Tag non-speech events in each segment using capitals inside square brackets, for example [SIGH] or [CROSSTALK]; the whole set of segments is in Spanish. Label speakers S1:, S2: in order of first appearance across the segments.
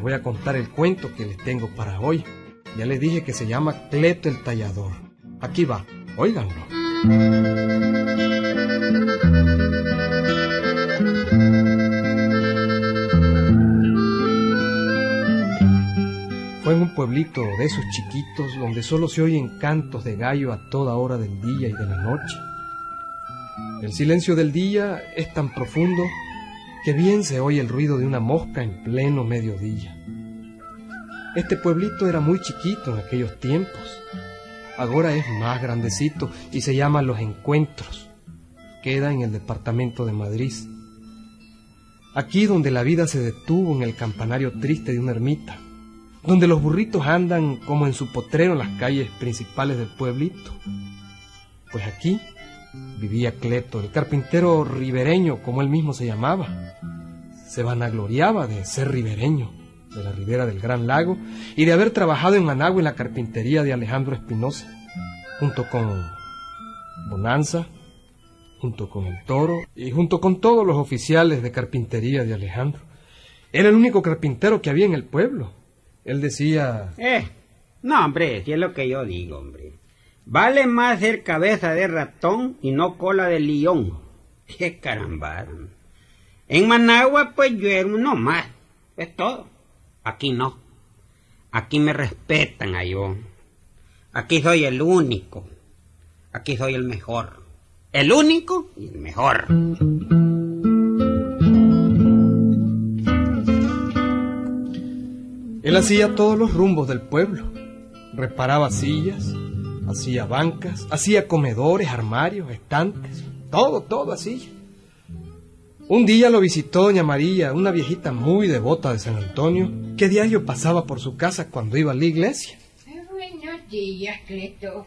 S1: voy a contar el cuento que les tengo para hoy. Ya les dije que se llama Cleto el Tallador. Aquí va, óiganlo. Fue en un pueblito de esos chiquitos donde solo se oyen cantos de gallo a toda hora del día y de la noche. El silencio del día es tan profundo que bien se oye el ruido de una mosca en pleno mediodía. Este pueblito era muy chiquito en aquellos tiempos. Ahora es más grandecito y se llama Los Encuentros. Queda en el departamento de Madrid. Aquí donde la vida se detuvo en el campanario triste de una ermita, donde los burritos andan como en su potrero en las calles principales del pueblito. Pues aquí vivía Cleto, el carpintero ribereño, como él mismo se llamaba. Se vanagloriaba de ser ribereño, de la ribera del Gran Lago, y de haber trabajado en Managua en la carpintería de Alejandro Espinosa, junto con Bonanza, junto con el Toro y junto con todos los oficiales de carpintería de Alejandro. Era el único carpintero que había en el pueblo. Él decía,
S2: Eh, no, hombre, si es lo que yo digo, hombre. Vale más ser cabeza de ratón y no cola de león. [LAUGHS] Qué caramba. En Managua, pues yo era uno más. Es todo. Aquí no. Aquí me respetan a yo. Aquí soy el único. Aquí soy el mejor. El único y el mejor.
S1: Él hacía todos los rumbos del pueblo. Reparaba sillas, hacía bancas, hacía comedores, armarios, estantes, todo, todo así. Un día lo visitó doña María, una viejita muy devota de San Antonio, que diario pasaba por su casa cuando iba a la iglesia.
S3: Buenos días, Cleto.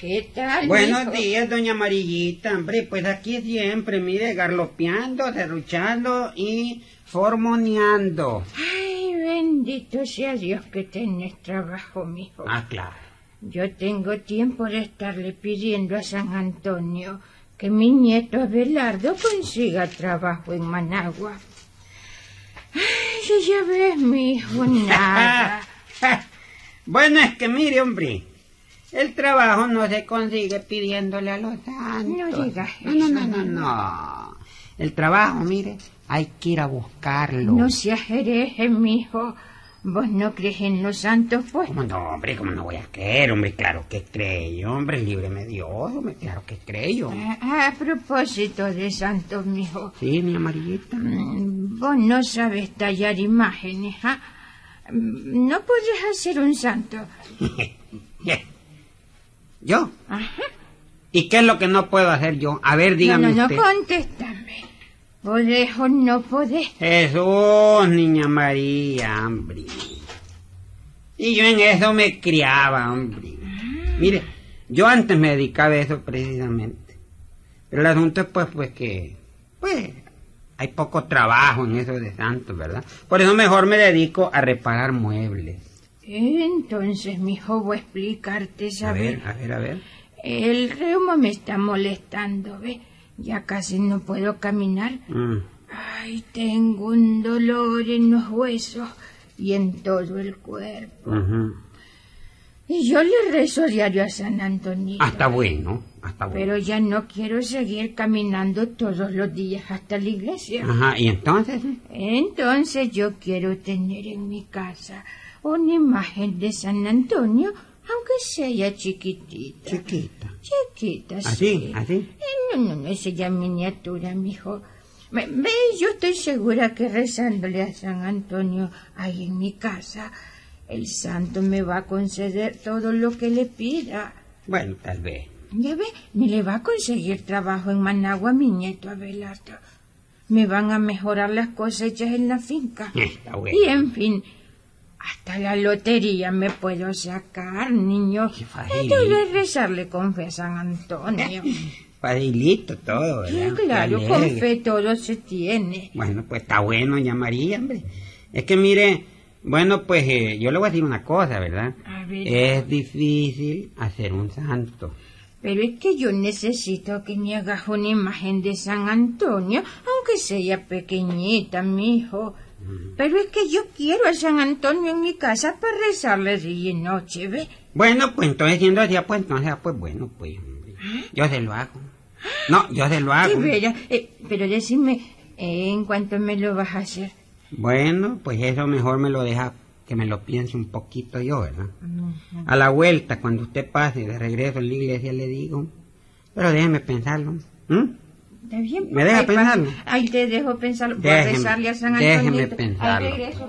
S3: ¿Qué tal?
S2: Buenos
S3: hijo?
S2: días, doña Amarillita. Hombre, pues aquí siempre, mire, garlopeando, derruchando y formoneando.
S3: Ay, bendito sea Dios que tenés trabajo, mijo.
S2: Ah, claro.
S3: Yo tengo tiempo de estarle pidiendo a San Antonio que mi nieto Abelardo consiga trabajo en Managua. Ay, si ya
S2: [LAUGHS]
S3: ves, mijo, nada.
S2: bueno, es que mire, hombre, el trabajo no se consigue pidiéndole a los santos.
S3: No digas
S2: No, no,
S3: eso,
S2: no, no, no. El trabajo, mire, hay que ir a buscarlo.
S3: No seas hereje, mijo. Vos no crees en los santos, pues.
S2: ¿Cómo no, hombre? ¿Cómo no voy a creer, hombre? Claro que creo, hombre, líbreme Dios, hombre, claro que creo.
S3: A, a propósito de santos, mijo.
S2: Sí, mi amarillita.
S3: Mm, Vos no sabes tallar imágenes, ¿ah? Mm, No podés hacer un santo.
S2: ¿Yo?
S3: Ajá.
S2: ¿Y qué es lo que no puedo hacer yo? A ver,
S3: No,
S2: dígame
S3: no, no,
S2: usted.
S3: contéstame. ¿Podés o no podés?
S2: Jesús, niña María, hombre. Y yo en eso me criaba, hombre.
S3: Ah.
S2: Mire, yo antes me dedicaba a eso precisamente. Pero el asunto es pues, pues que, pues, hay poco trabajo en eso de santos, ¿verdad? Por eso mejor me dedico a reparar muebles.
S3: Entonces, mijo, voy a explicarte,
S2: A
S3: ¿sabes?
S2: ver, a ver, a ver.
S3: El reuma me está molestando, ¿ves? Ya casi no puedo caminar.
S2: Mm.
S3: Ay, tengo un dolor en los huesos y en todo el cuerpo.
S2: ujú.
S3: Y yo le rezo diario a San Antonio.
S2: Hasta bueno, hasta bueno.
S3: Pero ya no quiero seguir caminando todos los días hasta la iglesia.
S2: Ajá, y entonces...
S3: Entonces yo quiero tener en mi casa una imagen de San Antonio, aunque sea chiquitita.
S2: Chiquita.
S3: Chiquita,
S2: Así,
S3: sí.
S2: así.
S3: Eh, No, no, no, esa ya es miniatura, mijo. Ve, ve, yo estoy segura que rezándole a San Antonio ahí en mi casa, el santo me va a conceder todo lo que le pida.
S2: Bueno, tal vez.
S3: Ya ve, me le va a conseguir trabajo en Managua a mi nieto Abelardo. Me van a mejorar las cosechas en la finca.
S2: Está bueno.
S3: Y en fin, hasta la lotería me puedo sacar, niño.
S2: Qué fácil.
S3: Entonces rezarle con fe a
S2: [LAUGHS]
S3: San Antonio.
S2: Facilito Pues todo,
S3: Sí,
S2: ¿verdad?
S3: claro,
S2: Alegre.
S3: con fe todo se tiene.
S2: Bueno, pues está bueno, ya María, hombre. Es que mire, bueno, pues eh, yo le voy a decir una cosa, ¿verdad?
S3: A ver.
S2: Es difícil hacer un santo.
S3: Pero es que yo necesito que me hagas una imagen de San Antonio, aunque sea pequeñita, mijo. Pero es que yo quiero a San Antonio en mi casa para rezarle día y noche, ¿ve?
S2: Bueno, pues entonces siendo así, pues entonces, pues bueno, pues hombre,
S3: ¿Ah?
S2: yo se lo hago. No, yo se lo hago.
S3: De veras. Eh, pero decime, eh, ¿en cuánto me lo vas a hacer?
S2: Bueno, pues eso mejor me lo deja que me lo piense un poquito yo, ¿verdad? A la vuelta, cuando usted pase de regreso en la iglesia, le digo, pero déjeme pensarlo. ¿m?
S3: ¿Está bien?
S2: ¿Me deja
S3: Ay, pa-
S2: pensarlo?
S3: Ay, te dejo pensarlo. Voy a
S2: Déjeme-
S3: rezarle a San
S2: déjeme
S3: Antonio.
S2: pensarlo.
S3: Ay, regreso.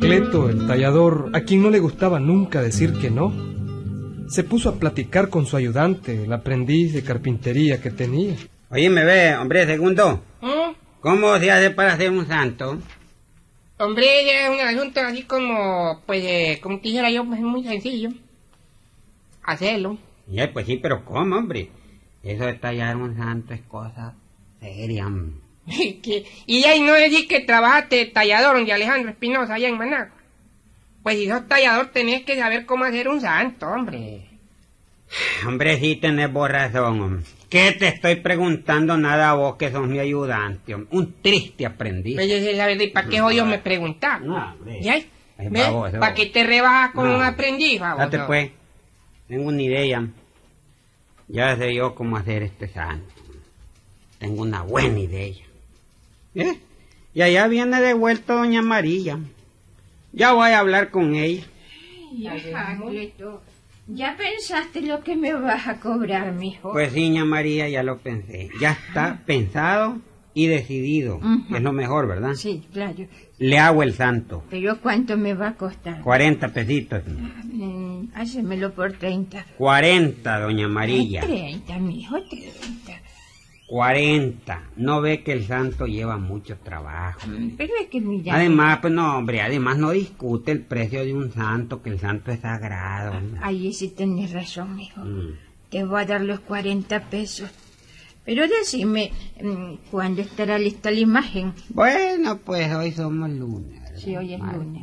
S1: Cleto, el tallador, a quien no le gustaba nunca decir que no, se puso a platicar con su ayudante, el aprendiz de carpintería que tenía.
S2: Oye, me ve, hombre, segundo,
S4: ¿Mm?
S2: ¿cómo se hace para ser un santo?
S4: Hombre, ya es un asunto así como, pues, eh, como te dijera yo, pues es muy sencillo. Hacerlo. [LAUGHS]
S2: Y él, pues sí, pero ¿cómo, hombre? Eso de tallar un santo es cosa seria. mm. hombre.
S4: Que- y ahí no decir que trabajaste de tallador de Alejandro Espinosa allá en Managua. Pues si sos tallador tenés que saber cómo hacer un santo, hombre.
S2: Hombre, sí tenés vos razón. hombre. ¿Qué te estoy preguntando nada a vos que sos mi ayudante? hombre? Un triste aprendiz.
S4: Pues yo sé la verdad, ¿y para qué jodidos me preguntás?
S2: No, hombre.
S4: ¿Ya?
S2: Ay,
S4: ¿Ves?
S2: baboso.
S4: ¿Para qué te rebajas con
S2: No.
S4: un aprendiz,
S3: Ah,
S4: baboso?
S2: Date pues, tengo una idea. Ya sé yo cómo hacer este santo. Tengo una buena idea. ¿Eh? Y allá viene de vuelta doña María. Ya voy a hablar con ella.
S3: Ajá, Cleto. ¿Ya pensaste lo que me vas a cobrar, mijo?
S2: Pues sí, doña María, ya lo pensé. Ya está pensado y decidido.
S3: Ah. Ujú.
S2: Es lo mejor, ¿verdad?
S3: Sí, claro.
S2: Le hago el santo.
S3: Pero ¿cuánto me va a costar?
S2: 40 pesitos.
S3: Mm, Hácemelo por 30.
S2: 40, doña María.
S3: 30, mijo, 30.
S2: 40. No ve que el santo lleva mucho trabajo.
S3: Pero es que mira...
S2: Mm. Además, pues no, hombre, además no discute el precio de un santo, que el santo es sagrado.
S3: Ahí sí tenés razón, mijo.
S2: Mm.
S3: Te voy a dar los 40 pesos. Pero decime, mm, ¿cuándo estará lista la imagen?
S2: Bueno, pues hoy somos lunes. ¿verdad?
S3: Si hoy es
S2: Vale.
S3: lunes.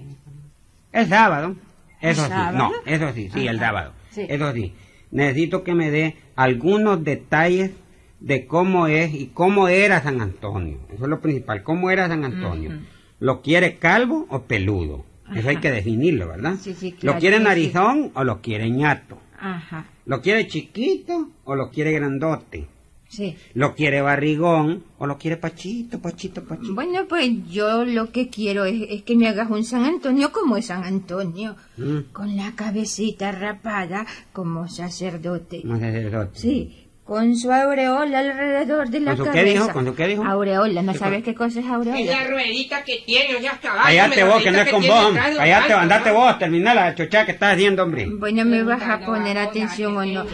S2: El sábado. Eso
S3: ¿El
S2: sí,
S3: sábado?
S2: no, eso sí, sí, el
S3: Ajá.
S2: sábado.
S3: Sí.
S2: Eso sí, necesito que me dé algunos detalles de cómo es y cómo era San Antonio. Eso es lo principal, cómo era San Antonio.
S3: Ujú.
S2: ¿Lo quiere calvo o peludo? Eso hay
S3: Ajá.
S2: que definirlo, ¿verdad?
S3: Sí, sí,
S2: ¿Lo
S3: claro
S2: quiere
S3: que sí.
S2: narizón o lo quiere ñato?
S3: Ajá,
S2: ¿Lo quiere chiquito o lo quiere grandote?
S3: sí.
S2: ¿Lo quiere barrigón o lo quiere pachito, pachito, pachito?
S3: Bueno, pues yo lo que quiero es, es que me hagas un San Antonio como es San Antonio,
S2: Mm,
S3: con la cabecita rapada como sacerdote.
S2: No sé si es otro.
S3: Sí, con su aureola alrededor de la
S2: ¿Con su qué
S3: cabeza.
S2: dijo? ¿Con su qué dijo?
S3: Aureola, ¿no
S2: ¿Qué
S3: sabes qué cosa es
S4: Es la
S3: aureola?
S4: ruedita que tiene, o sea, hasta abajo,
S2: Cállate
S4: la
S2: vos, que no
S4: ruedita
S2: es con
S4: tiene
S2: vos, hombre.
S4: atrás de los
S2: Cállate,
S4: bancos,
S2: andate
S4: ¿no?
S2: vos, terminá la chochá que estás haciendo, hombre.
S3: Bueno, me vas a poner atención o no.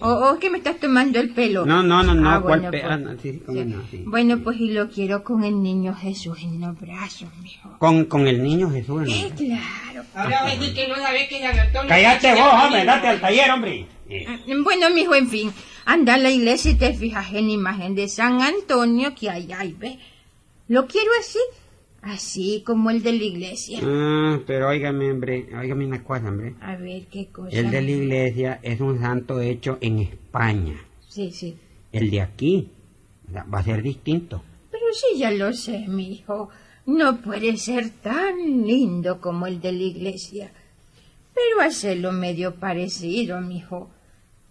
S3: O, o que me estás tomando el pelo.
S2: No, no, no, no,
S3: Ah,
S2: cuál
S3: bueno,
S2: pe-
S3: pues.
S2: ah, no, sí, sí, cómo no, sí.
S3: Bueno, pues y lo quiero con el niño Jesús en los brazos, mijo.
S2: Con, con el niño Jesús, ¿no?
S3: Eh, claro.
S4: Ahora voy a decir que no sabés que San Antonio...
S2: Cállate vos, hombre, date al taller, hombre. Eh,
S3: Ah, Bueno, mijo, en fin. Anda a la iglesia y te fijas en la imagen de San Antonio que hay ahí, ve. Lo quiero así, así como el de la iglesia.
S2: ah, pero óigame, hombre, óigame una cosa, hombre.
S3: A ver qué cosa.
S2: Ah. El de la iglesia es un santo hecho en España.
S3: Sí, sí.
S2: El de aquí o sea, va a ser distinto.
S3: Pero sí, ya lo sé, mijo. No puede ser tan lindo como el de la iglesia. Pero hacerlo medio parecido, mijo.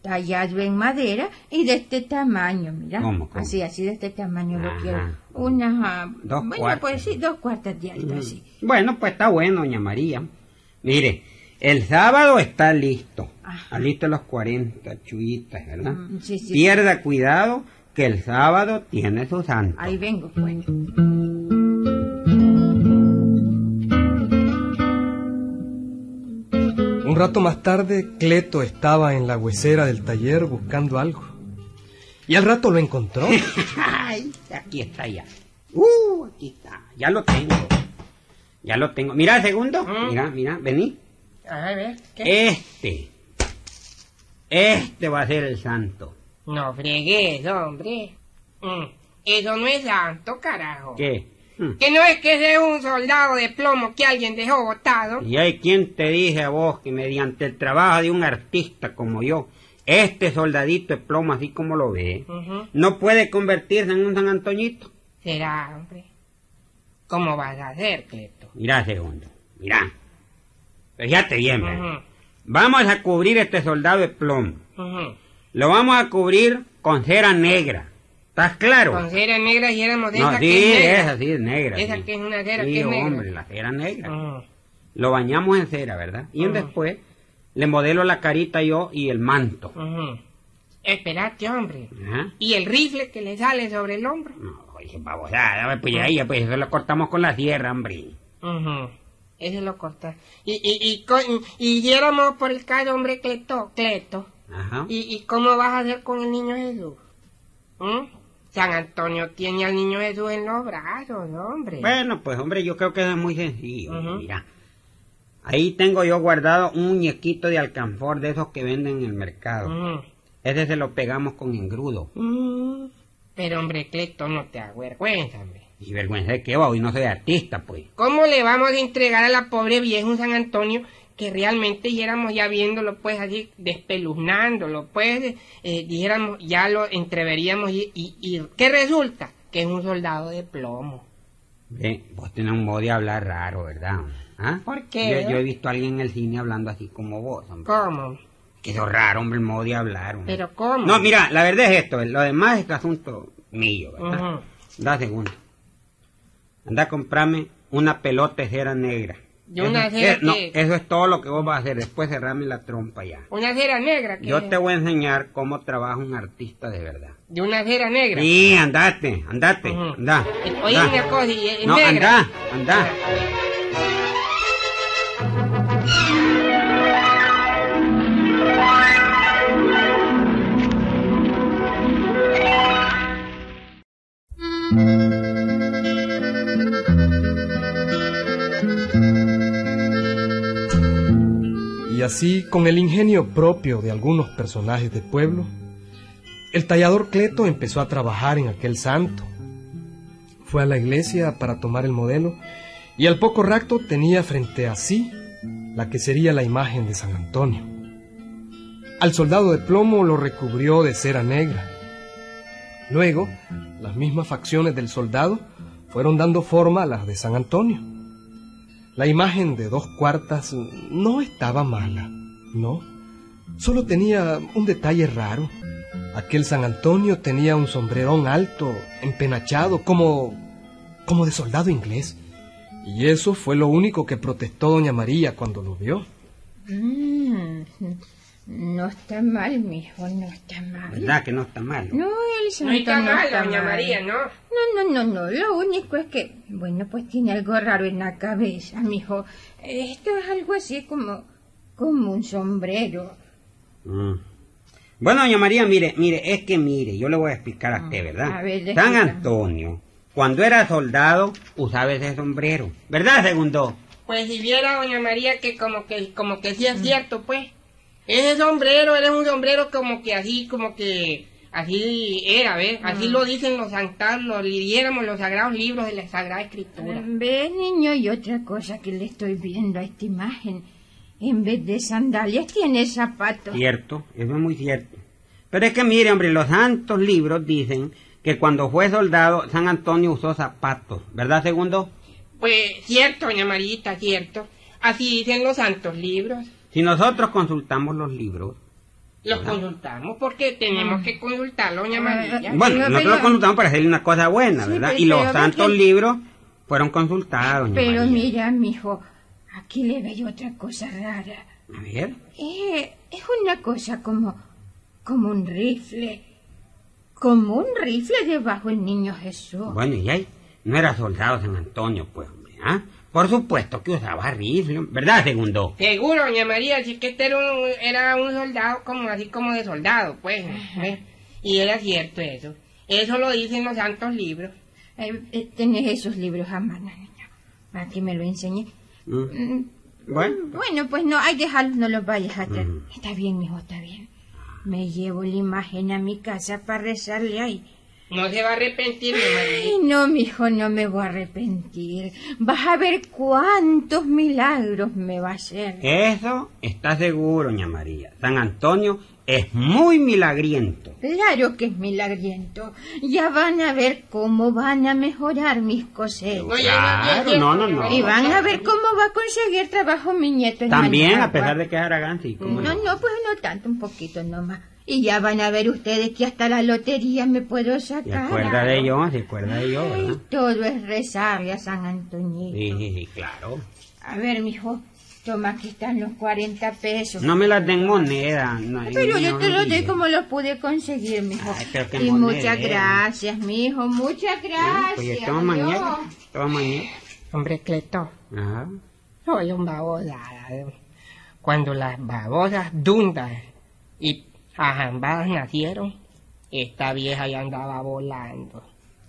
S3: Tallado en madera y de este tamaño, mira.
S2: ¿Cómo, cómo?
S3: Así, así de este tamaño
S2: Ajá.
S3: lo quiero. Unas. ah,
S2: Dos Mm.
S3: bueno,
S2: cuartas.
S3: pues sí, dos cuartas de alto, sí.
S2: Bueno, pues está bueno, doña María. Mire, el sábado está listo.
S3: Ajá.
S2: Está listo los 40 chuitas, ¿verdad?
S3: Mm, sí, sí.
S2: Pierda cuidado que el sábado tiene su santo.
S3: Ahí vengo, pues.
S1: Un rato más tarde, Cleto estaba en la huesera del taller buscando algo. Y al rato lo encontró.
S2: Ay, aquí está ya. Uh, aquí está. Ya lo tengo. Ya lo tengo. Mira, segundo. Mira, mira, vení.
S4: A ver, ¿qué?
S2: Este. Este va a ser el santo.
S4: No fregues, hombre. Mm, Eso no es santo, carajo.
S2: ¿Qué? Hmm.
S4: Que no es que ese es un soldado de plomo que alguien dejó botado.
S2: Y hay quien te dije a vos que mediante el trabajo de un artista como yo, este soldadito de plomo, así como lo ve,
S4: Ujú.
S2: no puede convertirse en un San Antoñito.
S4: Será, hombre. ¿Cómo vas a hacer, Cleto?
S2: Mirá, segundo, mirá. Pues Fíjate bien,
S4: Ujú,
S2: ve. Vamos a cubrir este soldado de plomo.
S4: ujú.
S2: Lo vamos a cubrir con cera negra. ¿Estás claro?
S4: Con cera negra y éramos de
S2: No,
S4: esa
S2: sí,
S4: que es negra.
S2: esa sí es negra.
S4: Esa
S2: sí.
S4: que es una cera
S2: Sí,
S4: que es negra.
S2: hombre, la cera negra.
S4: Ujú.
S2: Lo bañamos en cera, ¿verdad? Y
S4: Ujú.
S2: después le modelo la carita yo y el manto. ¿Ah?
S4: Ujú. Esperate, hombre.
S2: Ajá.
S4: Y el rifle que le sale sobre el hombro.
S2: No, dije, babosada, pues, pues ahí, pues eso lo cortamos con la sierra, hombre.
S4: Ujú. Ese lo corta. Y, y, y, co- y, y diéramos por el caso, hombre, Cleto. Cleto.
S2: Ajá.
S4: ¿Y, y cómo vas a hacer con el niño Jesús? ¿Mm? San Antonio tiene al niño Jesús en los brazos, hombre.
S2: Bueno, pues hombre, yo creo que eso es muy sencillo.
S4: Ujú.
S2: Mira, ahí tengo yo guardado un muñequito de alcanfor de esos que venden en el mercado.
S4: Ujú.
S2: Ese se lo pegamos con engrudo.
S4: Mm. Pero, hombre, Cleto, no te avergüenza, hombre.
S2: Y vergüenza de que va, hoy no soy artista, pues.
S4: ¿Cómo le vamos a entregar a la pobre vieja un San Antonio que realmente diéramos ya viéndolo, pues, así, despeluznándolo, pues, eh, dijéramos, ya lo entreveríamos y, y, y ¿qué resulta? Que es un soldado de plomo.
S2: Ve, vos tenés un modo de hablar raro, ¿verdad? ¿Ah?
S4: ¿Por qué?
S2: Yo, yo he visto a alguien en el cine hablando así como vos, hombre.
S4: ¿Cómo?
S2: Que eso es raro, hombre, el modo de hablar. hombre.
S4: ¿Pero cómo?
S2: No, mira, la verdad es esto, lo demás es asunto mío, ¿verdad?
S4: Ujú.
S2: Da segundo. Anda a comprarme una pelota de cera negra.
S4: Y una
S2: eso,
S4: cera
S2: eh, no,
S4: que-
S2: eso es todo lo que vos vas a hacer. Después cerrame la trompa ya.
S4: Una cera negra. que-
S2: Yo te voy a enseñar cómo trabaja un artista de verdad.
S4: De una cera negra.
S2: Sí, andate, andate,
S4: Ujú.
S2: andá.
S4: Eh, Oye,
S2: andá.
S4: una cosa, y, y
S2: No,
S4: negra.
S2: andá, andá.
S1: Y así, con el ingenio propio de algunos personajes de pueblo, el tallador Cleto empezó a trabajar en aquel santo. Fue a la iglesia para tomar el modelo y al poco rato tenía frente a sí la que sería la imagen de San Antonio. Al soldado de plomo lo recubrió de cera negra. Luego, las mismas facciones del soldado fueron dando forma a las de San Antonio. La imagen de dos cuartas no estaba mala, no. Solo tenía un detalle raro. Aquel San Antonio tenía un sombrerón alto, empenachado, como. como de soldado inglés. Y eso fue lo único que protestó doña María cuando lo vio.
S3: Mm, no está mal, mijo, no está mal.
S2: ¿Verdad que no está mal?
S3: No, el santo
S4: No está mal, doña
S3: mal.
S4: María, ¿no?
S3: No, no, no, no. Lo único es que, bueno, pues tiene algo raro en la cabeza, mijo. Esto es algo así como, como un sombrero.
S2: Mm. Bueno, doña María, mire, mire, es que mire, yo le voy a explicar a usted, ¿verdad?
S3: a ver, le
S2: San
S3: explica.
S2: Antonio, cuando era soldado, usaba ese sombrero, ¿verdad, segundo?
S4: Pues si viera doña María que como que como que sí es cierto, pues. Ese sombrero era un sombrero como que así, como que así era, ¿ves? Así lo dicen los santados, lo leyéramos los sagrados libros de la Sagrada Escritura.
S3: Ve, niño, y otra cosa que le estoy viendo a esta imagen. En vez de sandalias tiene zapatos.
S2: Cierto, eso es muy cierto. Pero es que mire, hombre, los santos libros dicen que cuando fue soldado, San Antonio usó zapatos, ¿verdad, segundo?
S4: Pues cierto, doña Marita, cierto. Así dicen los santos libros.
S2: Si nosotros consultamos los libros,
S4: Los consultamos porque tenemos que consultarlo, doña María.
S3: Ya,
S2: bueno,
S3: pero-
S2: nosotros
S3: pero-
S2: los consultamos para hacerle una cosa buena,
S3: Sí,
S2: ¿verdad?
S3: pero-
S2: Y los
S3: pero-
S2: santos
S3: pero-
S2: libros fueron consultados, doña
S3: Pero
S2: María.
S3: mira, mijo, aquí le veo otra cosa rara.
S2: A ver.
S3: Eh, es una cosa como, como un rifle. Como un rifle debajo el niño Jesús.
S2: Bueno, y ahí no era soldado San Antonio, pues, hombre, ¿ah? Por supuesto que usaba rifle, ¿verdad, segundo?
S4: Seguro, doña María, si que este era un, era un soldado como así como de soldado, pues. ¿ves? Y era cierto eso. Eso lo dicen los santos libros.
S3: Eh, eh, tenés esos libros a mano, niño, para que me lo enseñe.
S2: Mm.
S3: Mm,
S2: Bueno,
S3: Bueno, pues no, hay dejarlos, no los vayas a traer.
S2: Mm.
S3: Está bien, mijo, está bien. Me llevo la imagen a mi casa para rezarle ahí.
S4: No se va a arrepentir, mi
S3: Ay,
S4: María.
S3: no, mijo, no me voy a arrepentir. Vas a ver cuántos milagros me va a hacer.
S2: eso está seguro, ña María. San Antonio es muy milagriento.
S3: Claro que es milagriento. Ya van a ver cómo van a mejorar mis
S4: No,
S3: cosechas.
S4: ya, ya, ya,
S2: Claro,
S4: ya,
S2: no, no,
S4: ya,
S2: no.
S4: ya.
S3: Y van a ver cómo va a conseguir trabajo mi nieto. en
S2: También,
S3: Managua.
S2: a pesar de que es Aragán, sí. cómo
S3: No,
S2: no.
S3: no, pues no tanto, un poquito nomás. Y ya van a ver ustedes que hasta la lotería me puedo
S2: Se
S3: sacar.
S2: acuerda de yo, se acuerda de yo, ¿verdad?
S3: Todo es rezarle a San Antoñito.
S2: Sí, sí, sí, claro.
S3: A ver, mijo, toma, aquí están los 40 pesos.
S2: No me las den moneda. no,
S3: Pero yo
S2: no,
S3: te lo doy
S2: dije.
S3: como lo pude conseguir, mijo.
S2: Ay, pero qué
S3: y muchas
S2: monedero.
S3: gracias, mijo, muchas
S2: Bueno,
S3: gracias.
S2: Pues ya estamos
S3: Dios.
S2: mañana. Estamos mañana.
S5: Hombre, Cleto,
S2: Ajá.
S5: soy un babosada. ¿eh? Cuando las babosas dundas y ajambadas nacieron, esta vieja ya andaba volando.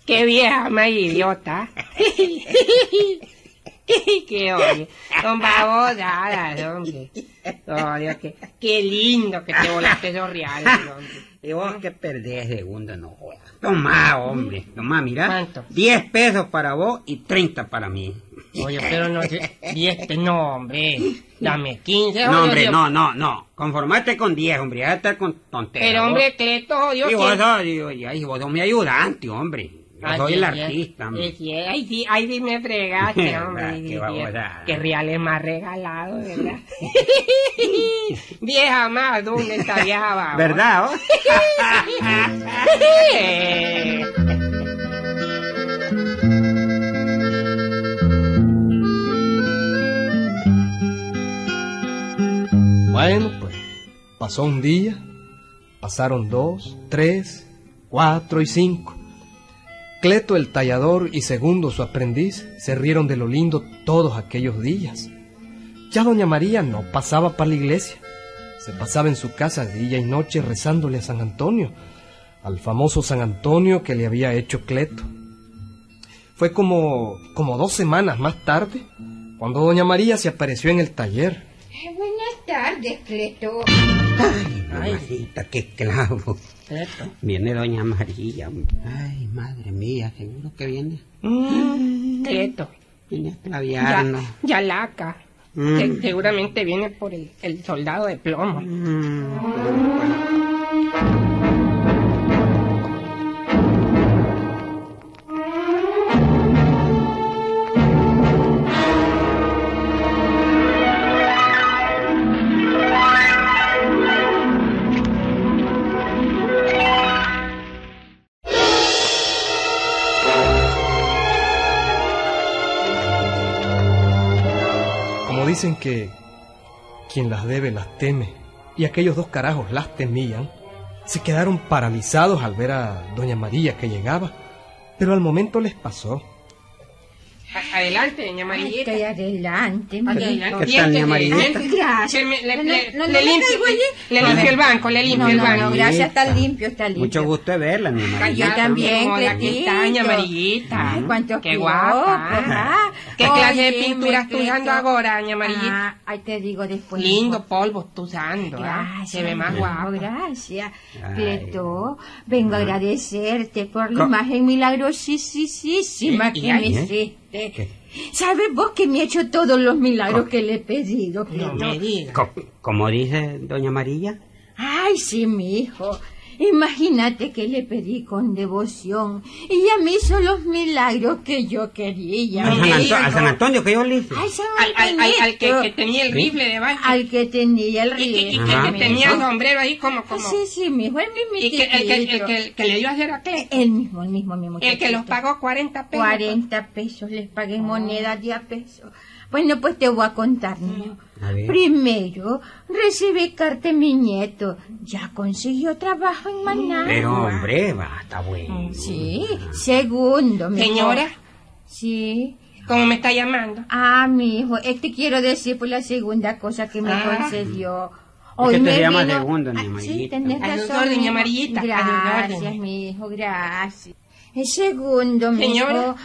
S5: ¡Qué vieja más idiota! [LAUGHS] ¡Qué oye! Son babosadas, hombre. Oh, Dios, qué, qué lindo que te volaste esos reales, hombre.
S2: Y vos que perdés segunda, no jodas. Tomá, hombre. Tomá, mirá.
S5: ¿Cuánto?
S2: 10 pesos para vos y 30 para mí.
S5: Oye, pero no sé. Y este, no, hombre. Dame 15,
S2: No,
S5: oye,
S2: hombre,
S5: Dios.
S2: no, no, no. Conformate con 10, hombre. Ya estar con tonterías.
S4: Pero, hombre, Cleto,
S2: vos.
S4: Dios
S2: Y vos
S4: que...
S2: sos, digo, ya, y vos sos mi ayudante, hombre. Yo
S5: Ah,
S2: soy
S5: sí,
S2: el
S5: sí,
S2: artista, hombre.
S5: Eh, sí, sí, ahí sí, ahí sí me
S2: [LAUGHS]
S5: fregaste,
S2: Ah,
S5: hombre.
S2: qué
S5: Qué,
S2: babosada.
S5: qué reales más regalados, ¿verdad? [LAUGHS]
S4: Vieja más, ¿dónde está vieja va? [LAUGHS]
S2: ¿Verdad, vos?
S5: Eh.
S1: Bueno, pues pasó un día, pasaron dos, tres, cuatro y cinco. Cleto el tallador y Segundo su aprendiz se rieron de lo lindo todos aquellos días. Ya doña María no pasaba para la iglesia, se pasaba en su casa día y noche rezándole a San Antonio, al famoso San Antonio que le había hecho Cleto. Fue como, como dos semanas más tarde cuando doña María se apareció en el taller.
S3: Eh, Buenas tardes, Cleto.
S2: Ay, mamacita, qué clavo. Viene Doña María. hombre. Ay, madre mía, seguro que viene.
S5: Teto,
S2: Viene a
S5: Mm, ya,
S2: claviarnos.
S5: ya laca.
S2: Mm.
S5: Se- seguramente viene por el, el soldado de plomo.
S2: Mm,
S1: Como dicen que quien las debe las teme, y aquellos dos carajos las temían, se quedaron paralizados al ver a Doña María que llegaba, pero al momento les pasó.
S4: A- Adelante, doña
S3: Ay,
S4: Marillita.
S3: Estoy adelante, mijito.
S2: ¿Qué tal, doña María?
S3: Ay, gracias.
S4: Le, le,
S3: No, no, no,
S4: le,
S3: no
S4: le
S3: me
S4: limpio,
S3: caigo allí.
S4: le limpio el banco, le limpio
S3: No,
S4: el
S3: no,
S4: banco.
S3: no, gracias, está limpio, está limpio.
S2: Mucho gusto de verla, mi María.
S3: Yo
S4: Callada,
S3: también,
S4: joda, aquí está, doña
S3: Cletito.
S4: Marillita.
S3: Ay, cuánto
S4: Qué guapa. ¿Qué clase de pintura estás usando ahora, doña Marillita?
S3: Marillita? Ah, Ay, te digo después.
S4: Lindo
S3: mijo.
S4: polvo está usando, ¿ah?
S3: Gracias,
S4: Se ve más
S3: mijo,
S4: guapo.
S3: Gracias.
S2: Ay.
S3: Cleto, vengo a agradecerte por la
S2: Co-
S3: imagen milagrosísima
S4: Y- y
S3: que me
S4: ahí,
S2: ¿eh?
S3: hiciste. ¿Sabes vos que me he hecho todos los milagros que le he pedido, Cleto?
S4: No me digas.
S2: Co- como dice Doña María.
S3: Ay, sí, mi hijo. Imagínate que le pedí con devoción y ella me hizo los milagros que yo quería.
S2: Al San,
S4: me
S2: Anto-
S4: diga,
S2: al San
S4: no.
S2: Antonio, que yo le hice.
S3: Ay, San
S4: Al, al, al, al que,
S3: Antonito.
S4: que tenía el rifle de baño.
S3: Al que tenía el
S4: Y que, y que-
S3: riesgo.
S4: que
S2: Ajá.
S4: tenía el sombrero ahí como...
S3: Ah,
S4: como
S3: Sí, sí, mi hijo, el
S4: y que, el, que, el,
S3: mismo.
S4: que, el que le dio a hacer a Cleto.
S3: El mismo, el mismo, mi muchacho.
S4: El que los pagó Ah. 40 pesos.
S3: 40 pesos les pagué en moneda de a peso. Bueno, pues te voy a contar, niño.
S2: A ver.
S3: Primero, recibí carta de mi nieto. Ya consiguió trabajo en Managua.
S2: Pero, hombre, va, está bueno.
S3: Mm, Sí. Segundo, mi hijo.
S4: Señora.
S3: Sí.
S4: Como me está llamando.
S3: [LAUGHS] Ah, mi hijo, eh, te quiero decir por la segunda cosa que me
S4: Ah.
S3: concedió.
S2: que te
S3: me
S2: llama segundo, doña
S3: Ah, Sí,
S2: Amarillita.
S3: tenés
S4: A sus
S3: razón,
S4: órdenes,
S3: mi hijo.
S4: Amarillita, a sus
S3: Gracias,
S4: órdenes.
S3: mi hijo, gracias. El segundo, mi
S4: Señora.
S3: hijo,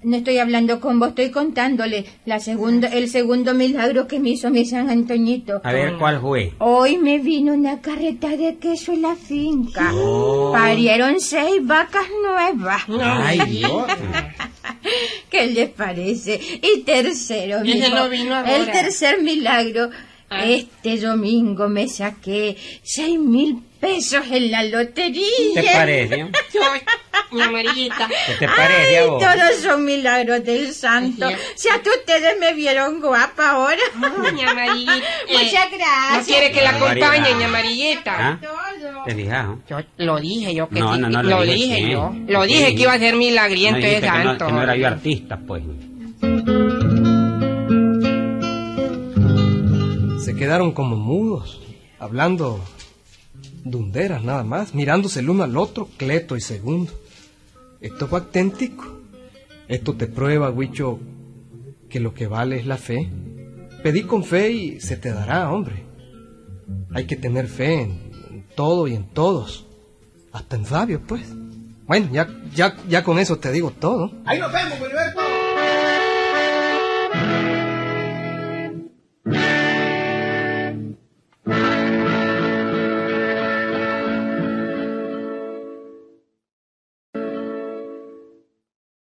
S3: No estoy hablando con vos, estoy contándole la segunda, el segundo milagro que me hizo mi San Antoñito.
S2: A ver cuál fue.
S3: Hoy me vino una carreta de queso en la finca.
S2: Oh.
S3: Parieron seis vacas nuevas. [LAUGHS]
S2: Ay, Dios.
S3: ¿Qué les parece? Y tercero,
S4: Ese
S3: mijo,
S4: no vino ahora.
S3: el tercer milagro.
S4: Ah.
S3: Este domingo me saqué seis mil pesos en la lotería.
S2: ¿Te parece?
S4: Ay, mi amarillita.
S2: ¿Qué te parece a
S3: Ay,
S2: vos?
S3: todos son milagros del santo.
S4: Ay, ya.
S3: Si hasta ustedes me vieron guapa ahora.
S4: Ay, mi amarillita.
S3: [LAUGHS]
S4: Eh,
S3: Muchas gracias.
S4: No quiere que la acompañe, mi amarillita.
S2: ¿Ah? ¿Te fijas? no?
S5: Yo lo dije yo que
S2: No,
S5: sí.
S2: no, no,
S4: Lo dije
S2: sí.
S4: yo. Lo dije que iba a ser
S2: No
S4: milagriento de
S2: dijiste que no-
S4: santo.
S2: que no era yo artista, pues.
S1: Se quedaron como mudos, hablando dunderas nada más, mirándose el uno al otro, Cleto y Segundo. Esto fue auténtico. Esto te prueba, Huicho, que lo que vale es la fe. Pedí con fe y se te dará, hombre. Hay que tener fe en, en todo y en todos. Hasta en Fabio, pues. Bueno, ya, ya, ya con eso te digo todo.
S6: Ahí nos vemos, Wilberto.